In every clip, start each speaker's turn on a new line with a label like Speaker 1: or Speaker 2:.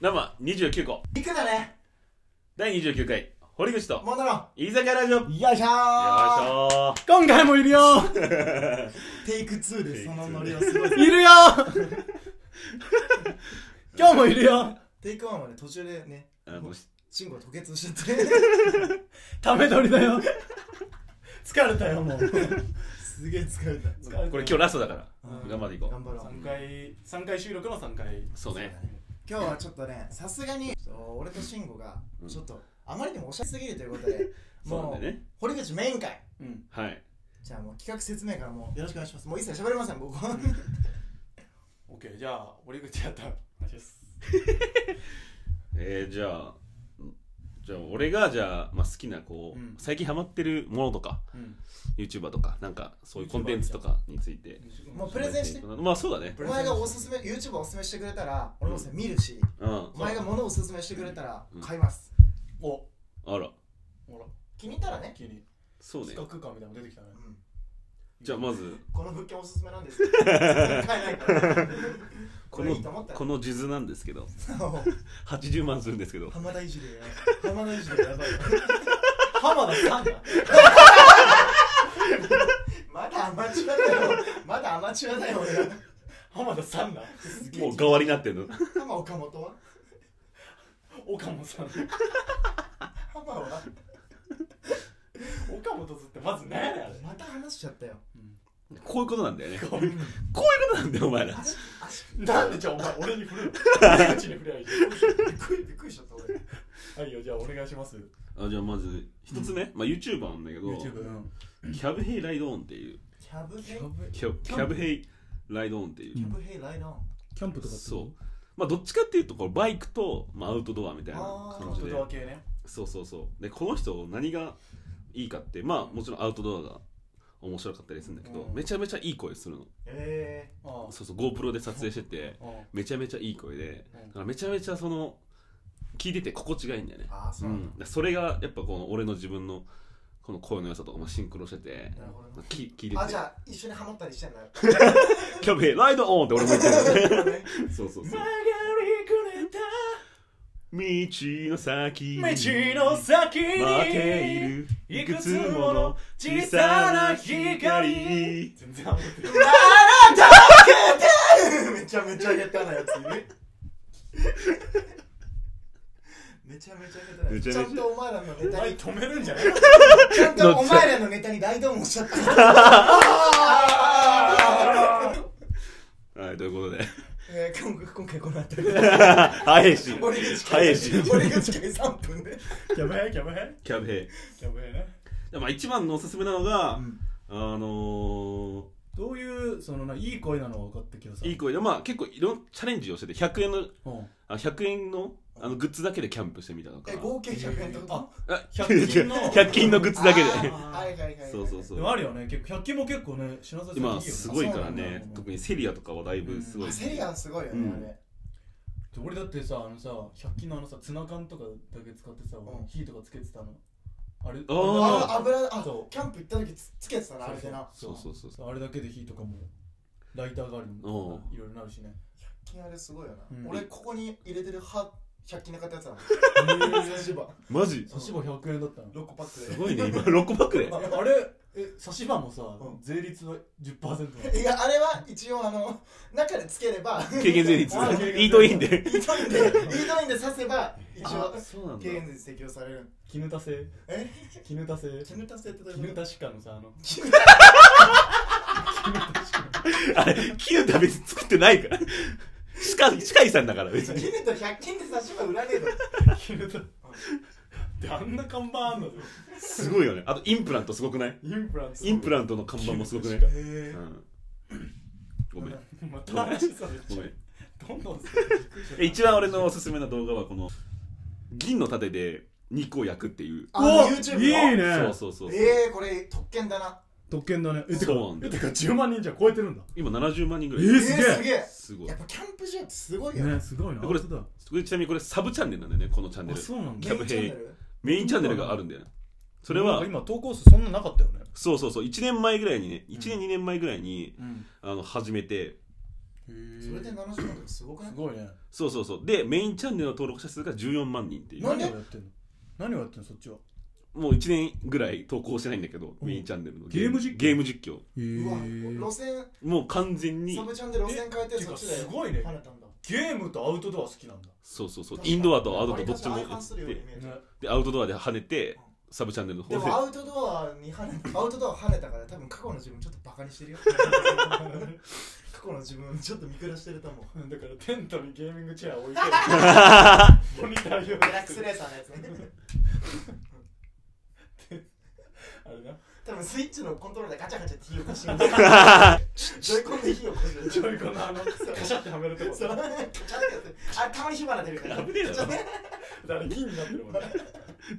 Speaker 1: 生29個
Speaker 2: 肉だね
Speaker 1: 第29回堀口と
Speaker 2: もうだろ
Speaker 1: 居酒屋ラジオよいし
Speaker 2: よいしょー
Speaker 1: ょ
Speaker 3: 今回もいるよ
Speaker 2: テイク2でそのノリは
Speaker 1: テ
Speaker 2: す ごい
Speaker 3: いるよ今日もいるよ
Speaker 2: テイク1はね途中でね
Speaker 1: ーあのし
Speaker 2: 慎吾吐血しちゃって
Speaker 3: ため取りだよ疲れたよもう
Speaker 2: すげえ疲れた
Speaker 1: これ今日ラストだから
Speaker 2: うん
Speaker 1: 頑張っていこう
Speaker 2: 頑張ろう
Speaker 3: 3回三回収録の3回
Speaker 1: そうね
Speaker 2: 今日はちょっとねさすがにそう俺と慎吾がちょっとあまりにもおしゃれすぎるということ で
Speaker 1: そうなん
Speaker 2: も
Speaker 1: だよね
Speaker 2: 堀口メイン会
Speaker 3: うん
Speaker 1: はい
Speaker 2: じゃあもう企画説明からもうよろしくお願いしますもう一切喋りません僕は
Speaker 3: OK じゃあ俺口やった話です
Speaker 1: えー、じゃあじゃあ俺がじゃあ、まあ、好きなこう、
Speaker 3: うん
Speaker 1: 最近ハマってるものとか
Speaker 3: うん
Speaker 1: YouTuber とかなんかそういうコンテンツとかについて
Speaker 2: もうプレゼンして
Speaker 1: まあそうだね
Speaker 2: お前がおすすめ YouTube をおすすめしてくれたら俺もそれ見るし
Speaker 1: うん
Speaker 2: お前が物をおすすめしてくれたら
Speaker 1: うん
Speaker 2: 買います
Speaker 3: おほ
Speaker 1: あら
Speaker 3: ら
Speaker 2: 気に入ったらね
Speaker 3: 急に
Speaker 1: そうね
Speaker 3: 企画感みたいなの出てきたね
Speaker 2: うん
Speaker 1: じゃあまず
Speaker 2: この物件おすすめなんです けど買えないからこ
Speaker 1: こ
Speaker 2: れ
Speaker 1: の
Speaker 2: いいと思ったら
Speaker 1: この数珠なんですけど80万するんですけど
Speaker 2: 浜田いじりや浜田いじりやばいよ
Speaker 3: 浜田さんが
Speaker 2: まだアマチュアだよまだアマチュアだよ俺ら
Speaker 3: 浜田さんが
Speaker 2: すげえ
Speaker 1: もう代わりになってるの
Speaker 2: 浜岡本は
Speaker 3: 岡本さん
Speaker 2: 浜は
Speaker 3: 岡本ずってまずねあれ
Speaker 2: また話しちゃったよ
Speaker 1: こういうことなんだよねこう
Speaker 3: こ
Speaker 1: いうことなんだよお前ら
Speaker 2: 足足
Speaker 3: なんでじゃあお前俺に振るの口に振りゃいいじ
Speaker 2: びっくりびっくりしちゃった俺
Speaker 3: ゃんはいよじゃあお願いします
Speaker 1: あじゃあまず一つ目、まあ YouTuber なんだけど
Speaker 3: YouTube うん
Speaker 1: キャブヘイライドオンっていう
Speaker 2: キャブヘイ
Speaker 1: キャキャブヘイライドオンっていう
Speaker 2: キャブヘイライナー
Speaker 3: キャンプ
Speaker 1: そうまあどっちかっていうとこうバイクと、まあ、アウトドアみたいな
Speaker 3: ア
Speaker 1: 感
Speaker 3: ウ
Speaker 1: じ
Speaker 3: ト
Speaker 1: で
Speaker 3: ドア系ね
Speaker 1: そうそうそうでこの人何がいいかってまあもちろんアウトドアが面白かったりするんだけど、
Speaker 3: うん
Speaker 1: めちゃめちゃいい声するの
Speaker 2: え
Speaker 3: あ
Speaker 1: そうそう GoPro で撮影してて
Speaker 3: あ
Speaker 1: めちゃめちゃいい声で
Speaker 3: うん
Speaker 1: だからめちゃめちゃその聞いてて心地がいいんだよね
Speaker 2: ー、ああそううなん
Speaker 1: ん、それがやっぱこの俺の自分のこの声の良さとかもシンクロしてて
Speaker 2: だなるほどね
Speaker 1: き聞いてて
Speaker 2: あじゃあ一緒にハマったりして んだよ
Speaker 1: キャブヘイライドオンって俺も言ってる そうそうそう
Speaker 3: 曲がりくれた
Speaker 1: 道の先
Speaker 3: 道の先に
Speaker 1: 待っているいくつもの小さな光
Speaker 3: 全然あんまり
Speaker 2: めちゃめちゃ下手なやついるめちゃめちゃ下手なや
Speaker 1: めち
Speaker 2: つ
Speaker 1: ゃめちゃ
Speaker 2: ちゃんとお前らのネ
Speaker 3: お
Speaker 2: タ
Speaker 3: 前
Speaker 2: に
Speaker 3: 止めるんじゃない
Speaker 2: ちゃんとお前らのネタに大ドンをしちゃったあー
Speaker 1: はいということで
Speaker 2: えー今今回この辺り
Speaker 1: 早いし
Speaker 2: 堀口
Speaker 1: 早
Speaker 2: 家
Speaker 1: いし
Speaker 2: 堀口家3分で
Speaker 3: キャバヘイキャバヘ
Speaker 1: キャブヘイ
Speaker 3: イキャバヘイね
Speaker 1: でまあ一番のおすすめなのが、
Speaker 2: うん
Speaker 1: あの
Speaker 3: どういうそのないい声なのは分かったけどさ
Speaker 1: ーいい声でまあ結構いろんなチャレンジをしてて100円の
Speaker 3: うん
Speaker 1: あ100円のあのグッズだけでキャンプしてみたとか
Speaker 2: え合計100円ってこと
Speaker 1: あ
Speaker 3: 100均の
Speaker 1: 100均のグッズだけで
Speaker 2: あーはいはいはいはい
Speaker 1: そうそうそ
Speaker 3: でもあ
Speaker 1: う
Speaker 3: るよね結構100均も結構ね品揃え
Speaker 1: 今
Speaker 3: いいよね
Speaker 1: すごいから
Speaker 2: そうな
Speaker 1: ね
Speaker 3: んだ
Speaker 1: 特にセリアとかはだいぶすごい、
Speaker 2: あセリアンすごいよ
Speaker 1: う
Speaker 2: ね
Speaker 1: ん
Speaker 2: あれ
Speaker 3: 俺だってさあのさ100均のあのさツナ缶とかだけ使ってさ、俺
Speaker 2: うん
Speaker 3: 火とかつけてたのあれ
Speaker 1: あ
Speaker 2: あ油あ
Speaker 3: そう
Speaker 2: キャンプ行った時つつけてたなあれでな
Speaker 1: そうそうそうそ
Speaker 3: あれだけで火とかもライター代わりに
Speaker 1: おう
Speaker 3: いろいろなるしね
Speaker 2: 100均あれすごいよな、
Speaker 3: うん
Speaker 2: 俺ここに入れてる歯100均なかったやつなの差し歯
Speaker 1: マジ
Speaker 3: 差し歯100円だったの
Speaker 2: 6個パックです
Speaker 1: ごいね今6個パックで
Speaker 3: ああれえ差し歯もさ、
Speaker 2: うん
Speaker 3: 税率は10%なの
Speaker 2: いやあれは一応あの中でつければ
Speaker 1: 軽減税率
Speaker 2: あ軽減税率
Speaker 1: イートインで
Speaker 2: イートインでイートインで刺せば一応
Speaker 1: あそうなんだ
Speaker 2: 軽減税率適用される
Speaker 3: 絹田製
Speaker 2: え
Speaker 3: 絹田製
Speaker 2: 絹達成ってどうい
Speaker 3: 絹
Speaker 2: うこ
Speaker 3: 田歯科のさあの
Speaker 2: と絹達
Speaker 1: あれキュータ別に作ってないから歯科歯科医さんだから別
Speaker 2: 成
Speaker 1: に
Speaker 2: 絹と100均で刺し歯売らねえだろ
Speaker 3: 絹田であんな看板あんのよ
Speaker 1: すごいよねあとインプラントすごくない
Speaker 3: インプラント
Speaker 1: インプラントの看板もすごくね
Speaker 3: 絹田
Speaker 1: う
Speaker 2: へ
Speaker 1: んごめん
Speaker 3: 歯科また話され
Speaker 1: ご
Speaker 3: ち
Speaker 1: め
Speaker 3: ゃうんどんどんさ
Speaker 1: え一番俺のおすすめな動画はこの銀の盾で肉を焼くっていう
Speaker 2: あの YouTube の
Speaker 1: そうそうそうそう
Speaker 2: えー、これ特権だな
Speaker 3: 特権だねえてか
Speaker 1: そうなんだ
Speaker 3: えてか10万人じゃ超えてるんだ
Speaker 1: 今70万人ぐら
Speaker 3: え
Speaker 1: い
Speaker 3: ーすげえ
Speaker 2: えーすげえ
Speaker 1: すごい
Speaker 2: やっぱキャンプ場ってすごいよね
Speaker 3: ねすごいな
Speaker 1: これ
Speaker 3: 本当だ
Speaker 1: これちなみにこれサブチャンネルなんだよねこのチャンネ
Speaker 3: あ
Speaker 1: ル
Speaker 3: そうなん
Speaker 1: キ
Speaker 3: だ
Speaker 1: ャブ兵
Speaker 2: メインチャンネ
Speaker 1: メインチャンネル
Speaker 2: ル
Speaker 1: があるんだよねそれ
Speaker 3: なん
Speaker 1: は
Speaker 3: か今投稿数そんななかったよね
Speaker 1: そうそうそう1年前ぐらいにね1年2年前ぐらいに
Speaker 3: うん
Speaker 1: あの始めて
Speaker 2: それで70万とかすごくない
Speaker 3: すごいね
Speaker 1: そうそうそうでメインチャンネルの登録者数が14万人っていう
Speaker 2: なん
Speaker 3: 何
Speaker 2: で
Speaker 3: をやってんの何をやってんのそっちは
Speaker 1: もう1年ぐらい投稿してないんだけど、
Speaker 3: うん
Speaker 1: メインチャンネルの
Speaker 3: ゲーム実況
Speaker 1: ゲーム実況
Speaker 3: へ
Speaker 2: うわ
Speaker 3: ー
Speaker 2: 路線
Speaker 1: もう完全に
Speaker 2: サブチャンで路線変えて
Speaker 3: え
Speaker 2: そっちです
Speaker 3: ごいね
Speaker 2: 放ったんだ
Speaker 3: ゲームとアウトドア好きなんだ
Speaker 1: そうそうそう
Speaker 2: 確かに
Speaker 1: インドアとアウトドアどっちも
Speaker 2: 割と相反するように
Speaker 1: で
Speaker 2: 見え
Speaker 3: ね
Speaker 2: た
Speaker 1: でアウトドアで跳ねてサブチャンネルの
Speaker 2: で
Speaker 1: 方で
Speaker 2: もアウトドアに跳ねアウトドア跳ねたから多分過去の自分ちょっとバカにしてるよ過去の自分ちょっと見下してると思う
Speaker 3: だからテントにゲーミングチェア置いて モニター
Speaker 2: デ
Speaker 3: 用
Speaker 2: ラックスレーサーのやつね
Speaker 3: あれな
Speaker 2: 多分スイッチのコントローラーでガチャガチャって火を起こしてる ジョイコンで火を起こしてる
Speaker 3: ジョイコンのあのカシャってはめるとこ
Speaker 2: そうガチャってやってあれたまに火花出るから
Speaker 1: 危ねえだろ
Speaker 3: あれ銀になってるもんね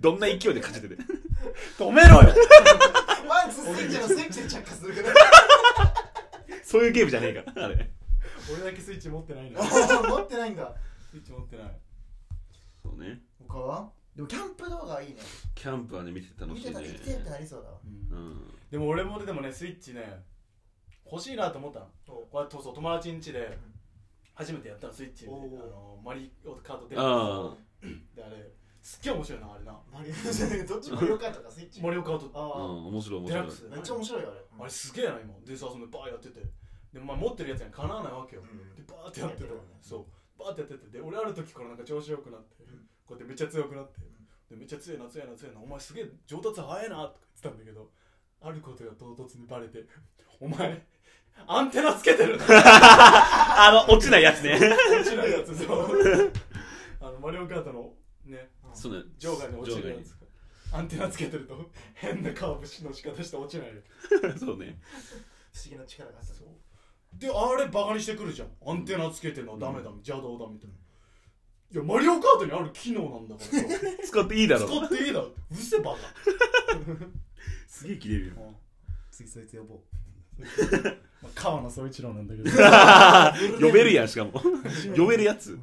Speaker 1: どんな勢いで勝ちてて
Speaker 3: 止めろよ
Speaker 2: ワンツースイッチのスイッチで着火するから
Speaker 1: そういうゲームじゃねえからあれ
Speaker 3: 俺だけスイッチ持ってない の
Speaker 2: 持ってないんだ
Speaker 3: スイッチ持ってない
Speaker 1: そうね
Speaker 2: 他はでもキャンプ動画はいいね
Speaker 1: キャンプはね見てて楽
Speaker 2: 見
Speaker 1: しい
Speaker 2: て
Speaker 1: ね
Speaker 2: たら生きてるってなりそうだわ
Speaker 1: うん
Speaker 3: でも俺もでもねスイッチね欲しいなと思ったのこうやってそう友達ん家で初めてやったのスイッチであ
Speaker 2: おう
Speaker 3: のマリオカート出
Speaker 1: あ
Speaker 3: であれすっげえ面白いなあれな
Speaker 2: マリオじゃなくてどっちも良かったかスイッチ
Speaker 3: マリオカート
Speaker 1: あ、う
Speaker 2: あ
Speaker 1: ん、面白い面
Speaker 3: デラッ
Speaker 1: 白い
Speaker 3: クス
Speaker 2: あめっちゃ面白いよあ
Speaker 3: あ
Speaker 2: れ
Speaker 3: れすげえな今でさそのバーやっててでまあ持ってるやつにはかなわないわけよ、
Speaker 2: うん
Speaker 3: でバーってやってたの
Speaker 2: やっ
Speaker 3: ね
Speaker 2: てたね
Speaker 3: そうバーってやっててで俺ある時からなんか調子よくなって、
Speaker 2: ん
Speaker 3: こうやってめっちゃ強くなって、
Speaker 2: ん
Speaker 3: でめっちゃ強いな強いな強いなお前すげえ上達早いなとか言ってたんだけどあることが唐突にバレて「お前アンテナつけてるな」
Speaker 1: あの落ちないやつ ね
Speaker 3: 落ちるやつ そうあのマリオカートのね
Speaker 1: そうね
Speaker 3: 場外に落ちるやつアンテナつけてると 変なカーブの仕方して落ちないよ
Speaker 1: 場外に そうね
Speaker 2: 不思議な力があった
Speaker 3: そうであれバカにしてくるじゃんアンテナつけてるのはダメだ邪道だみたいないやマリオカートにある機能なんだから
Speaker 1: 使ってい いだ
Speaker 3: さ
Speaker 1: ろ
Speaker 3: 使っていいだろうせバカ
Speaker 1: すげえ切れるよ
Speaker 2: 次そいつ呼ぼう
Speaker 3: まあ川野総一郎なんだ けど
Speaker 1: 呼べるやんしかも 呼べるやつ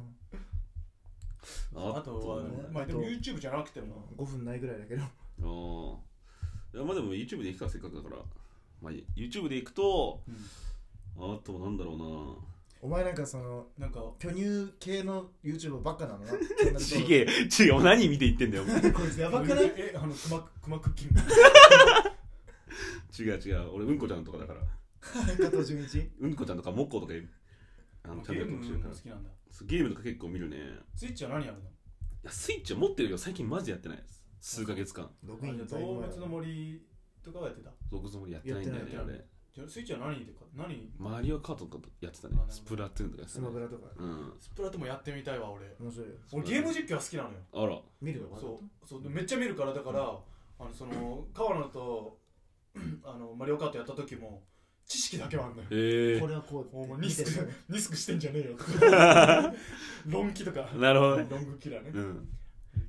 Speaker 3: あとは
Speaker 1: ね
Speaker 3: まあでも YouTube じゃなくても
Speaker 2: 5分ないぐらいだけど
Speaker 1: あーいやまあでも YouTube で行くからせっかくだから、まあ、YouTube で行くと、あとなんだろうな
Speaker 2: お前なんかその
Speaker 3: なんか
Speaker 2: 巨乳系の YouTuber ばっかなのなチャンネル登録
Speaker 1: ちげえちげえ何見て言ってんだよ
Speaker 2: こいつやばくない
Speaker 3: えあのクマクマクッキング
Speaker 1: 違う違う俺うんこちゃんとかだから
Speaker 2: 加藤純一
Speaker 1: うんこちゃんとかモッコーとかあのチャンネ
Speaker 3: ゲー
Speaker 1: ル
Speaker 3: ム
Speaker 1: 登録してるか
Speaker 3: も
Speaker 1: ら
Speaker 3: 好きなんだ
Speaker 1: そうゲームとか結構見るねい
Speaker 3: スイッチは何やるの
Speaker 1: やスイッチは持ってるけど最近マジでやってないです数ヶ月間
Speaker 2: ログイ
Speaker 3: あ
Speaker 2: ン
Speaker 3: じ
Speaker 2: の
Speaker 3: ゃあ動物の森とかはやってた
Speaker 1: 僕そもやってないんだよね
Speaker 3: や
Speaker 1: あ
Speaker 3: ってない
Speaker 1: れ
Speaker 3: じゃあスイッチは何でか何
Speaker 1: マリオカートとかやってたね
Speaker 3: あなるほど
Speaker 1: スプラトゥーンとかやって
Speaker 2: ス
Speaker 1: たね
Speaker 2: マブラとか
Speaker 1: うん
Speaker 3: スプラトゥーンもやってみたいわ俺
Speaker 2: 面白いよ
Speaker 3: 俺ゲーム実況は好きなのよ
Speaker 1: あら
Speaker 2: 見るのかな
Speaker 3: そうそうでめっちゃ見るからだから、あのその川野と あのマリオカートやった時も知識だけはあんのよ
Speaker 1: へえ
Speaker 2: これはこう
Speaker 3: お前
Speaker 2: 見
Speaker 3: リ
Speaker 2: て
Speaker 3: ス
Speaker 2: る
Speaker 3: クリスクしてんじゃねえよと か論議とか
Speaker 1: なるほど
Speaker 3: ロ
Speaker 1: ね
Speaker 3: ングキラー
Speaker 1: う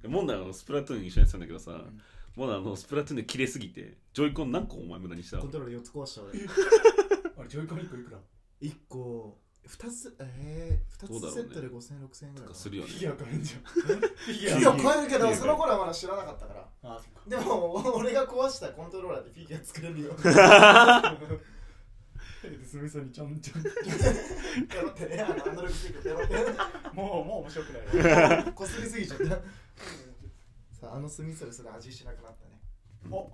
Speaker 3: ね
Speaker 1: んモンダのスプラトゥーン一緒にやってたんだけどさ、
Speaker 3: ん
Speaker 1: モンダのスプラトゥーンで切れすぎてジョイコン何個お前無駄にした
Speaker 2: コントロール4つ壊した俺
Speaker 3: あれジョイコン1個いくら
Speaker 2: 1個2つえー、
Speaker 1: どうだろ
Speaker 2: 2
Speaker 1: う
Speaker 2: つセ
Speaker 1: ね
Speaker 2: ットで5000、6000円
Speaker 1: と
Speaker 2: ぐら
Speaker 1: か
Speaker 2: いか
Speaker 1: す
Speaker 2: な
Speaker 1: るよ
Speaker 3: フ
Speaker 1: ね
Speaker 3: ィギュア買えんじゃんフィギ
Speaker 2: い
Speaker 3: ュ
Speaker 2: や
Speaker 3: ア
Speaker 2: 買えるけどその頃はまだ知らなかったから
Speaker 3: あそっか
Speaker 2: でも俺が壊したコントローラーでフィギュア作れるよ
Speaker 3: すみさんにちゃんちゃん
Speaker 2: ペロってねあのアナログスティックペロって
Speaker 3: もうもう面白く ないわ
Speaker 2: こすりすぎちゃったさああのスミソルそれ味しなくなったね
Speaker 3: お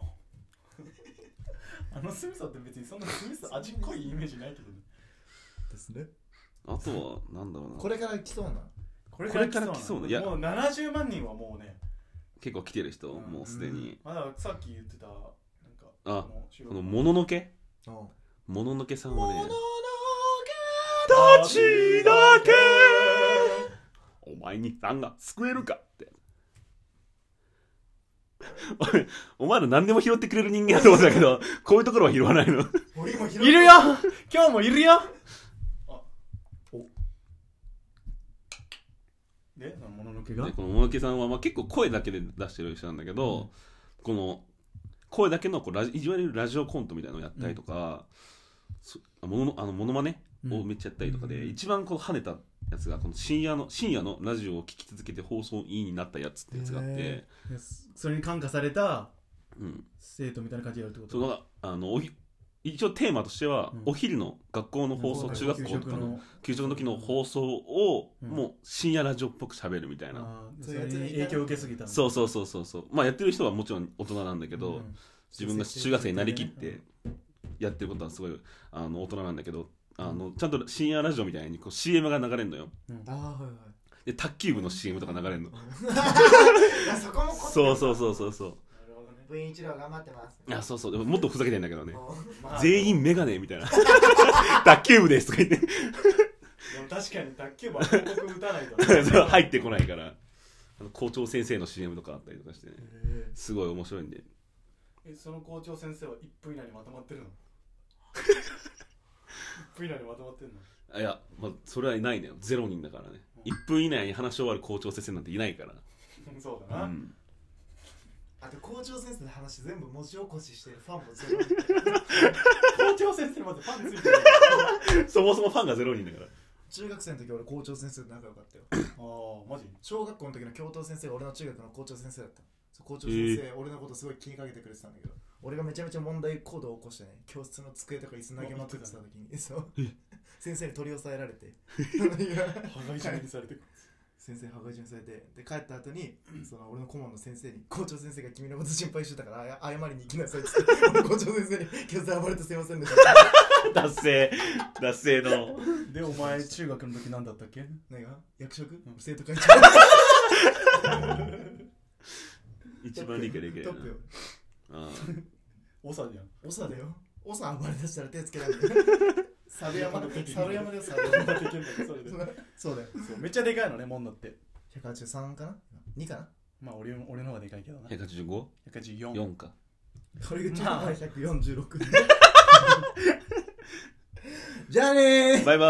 Speaker 3: あのスミソって別にそんなスミソ味濃いイメージないけどね
Speaker 2: ですね
Speaker 1: あとはなんだろうな
Speaker 2: これから来そうな
Speaker 3: こ
Speaker 1: れから来そうな
Speaker 3: れから来そうなもう70万人はもうね
Speaker 1: 結構来てる人
Speaker 3: うん
Speaker 1: もうすでに
Speaker 3: まださっき言ってたなんか
Speaker 1: あ
Speaker 3: の収
Speaker 1: こ
Speaker 3: 録
Speaker 1: のもののけ
Speaker 2: の
Speaker 1: もののけさんはね
Speaker 3: 立ちだけ
Speaker 1: お前に何が救えるかって お前ら何でも拾ってくれる人間だと思うんだけどこういうところは拾わないの
Speaker 2: お今広
Speaker 3: いるよ今日もいるよあおでそのもののけが
Speaker 1: でこのもののけさんは、まあ、結構声だけで出してる人なんだけど、この声だけのこうラジいわゆるラジオコントみたいなのをやったりとか、そあもののあのモノマネをめっちゃやったりとかで、
Speaker 3: うん
Speaker 1: 一番こう跳ねたやつがこの深夜の深夜のラジオを聞き続けて放送委員になったやつってやつがあって、
Speaker 3: へそれに感化された
Speaker 1: うん、
Speaker 3: 生徒みたいな感じでやるってこ
Speaker 1: そのあのおひ一応テーマとしては、
Speaker 4: うん
Speaker 1: お昼の学校の放送中学校とかの給食の時の放送を、
Speaker 4: うん
Speaker 1: もう深夜ラジオっぽく喋るみたいな、
Speaker 4: あー
Speaker 2: そ
Speaker 4: そう
Speaker 2: いう
Speaker 4: れ
Speaker 2: やつ
Speaker 4: に影響を受けすぎた
Speaker 1: そううそうそうそうそうまあやってる人はもちろん大人なんだけ
Speaker 4: け
Speaker 1: ど、自分が中学生になりきってやってることはすごいあの大人なんだけどあのちゃんと深夜ラジオみたいにこう CM が流れるのよ
Speaker 2: ああはいは
Speaker 1: で卓球部の CM とか流れるの
Speaker 2: いい やそこも凝って
Speaker 1: そうそうそうそうそう
Speaker 3: なるほどね
Speaker 2: 部員一郎頑張ってます
Speaker 1: あそうそうでももっとふざけてんだけどね
Speaker 2: もう
Speaker 3: まあ
Speaker 1: 全員メガネみたいな 卓球部ですとか言って
Speaker 3: でも確かに卓球部は広告打たないと
Speaker 1: そう入ってこないからあの校長先生の CM とかあったりとかしてね
Speaker 3: え
Speaker 1: すごい面白いんで
Speaker 3: ーえその校長先生は1分以内にまとまってるの1分以内にまとまってるの
Speaker 1: あいや、まあ、それはいないのよゼロ人だからね1分以内に話し終わる校長先生なんていないから
Speaker 3: うんそうだな、
Speaker 1: うん
Speaker 2: あと校長先生の話全部文字起こししてるファンも全部
Speaker 3: 校長先生まずパンついてる
Speaker 1: そもそもファンがゼロ人だから
Speaker 2: 中学生の時俺校長先生と仲良かったよ
Speaker 3: ああマジ
Speaker 2: 小学校の時の教頭先生が俺の中学の校長先生だったそう校長先生、俺のことすごい気にかけてくれてたんだけど俺がめちゃめちゃ問題行動を起こしてね教室の机とか椅子投げまくってた時にそう先生に取り押さえられ て いや
Speaker 3: 羽交い締めにされてる
Speaker 2: 先生破壊順されてで帰った後に その俺の顧問の先生に校長先生が君のこと心配してたからあや謝りに行きなさいっつって 俺校長先生に「今日暴れてすいませんでした」
Speaker 1: 達成達成の
Speaker 3: でお前中学の時何だったっけ
Speaker 2: 何が役職、
Speaker 3: ん
Speaker 2: 生徒会長
Speaker 1: 一番理解できる
Speaker 2: ト
Speaker 1: な
Speaker 2: ップよ
Speaker 1: あ
Speaker 3: 長じゃん
Speaker 2: 長だよ長暴れ出したら手つけられる 猿山だ猿山だよ猿
Speaker 3: そん
Speaker 2: 山
Speaker 3: なできんだよそれで
Speaker 2: そうだよ
Speaker 3: そうめっちゃでかいのねもんだって
Speaker 2: 183かな2かな
Speaker 3: まあ俺も俺の方がでかいけどな
Speaker 1: あ185
Speaker 3: 114
Speaker 1: 4か
Speaker 2: 俺がちょっ
Speaker 3: ま
Speaker 2: と
Speaker 3: あ
Speaker 2: 146 じゃあねー
Speaker 1: バイバイ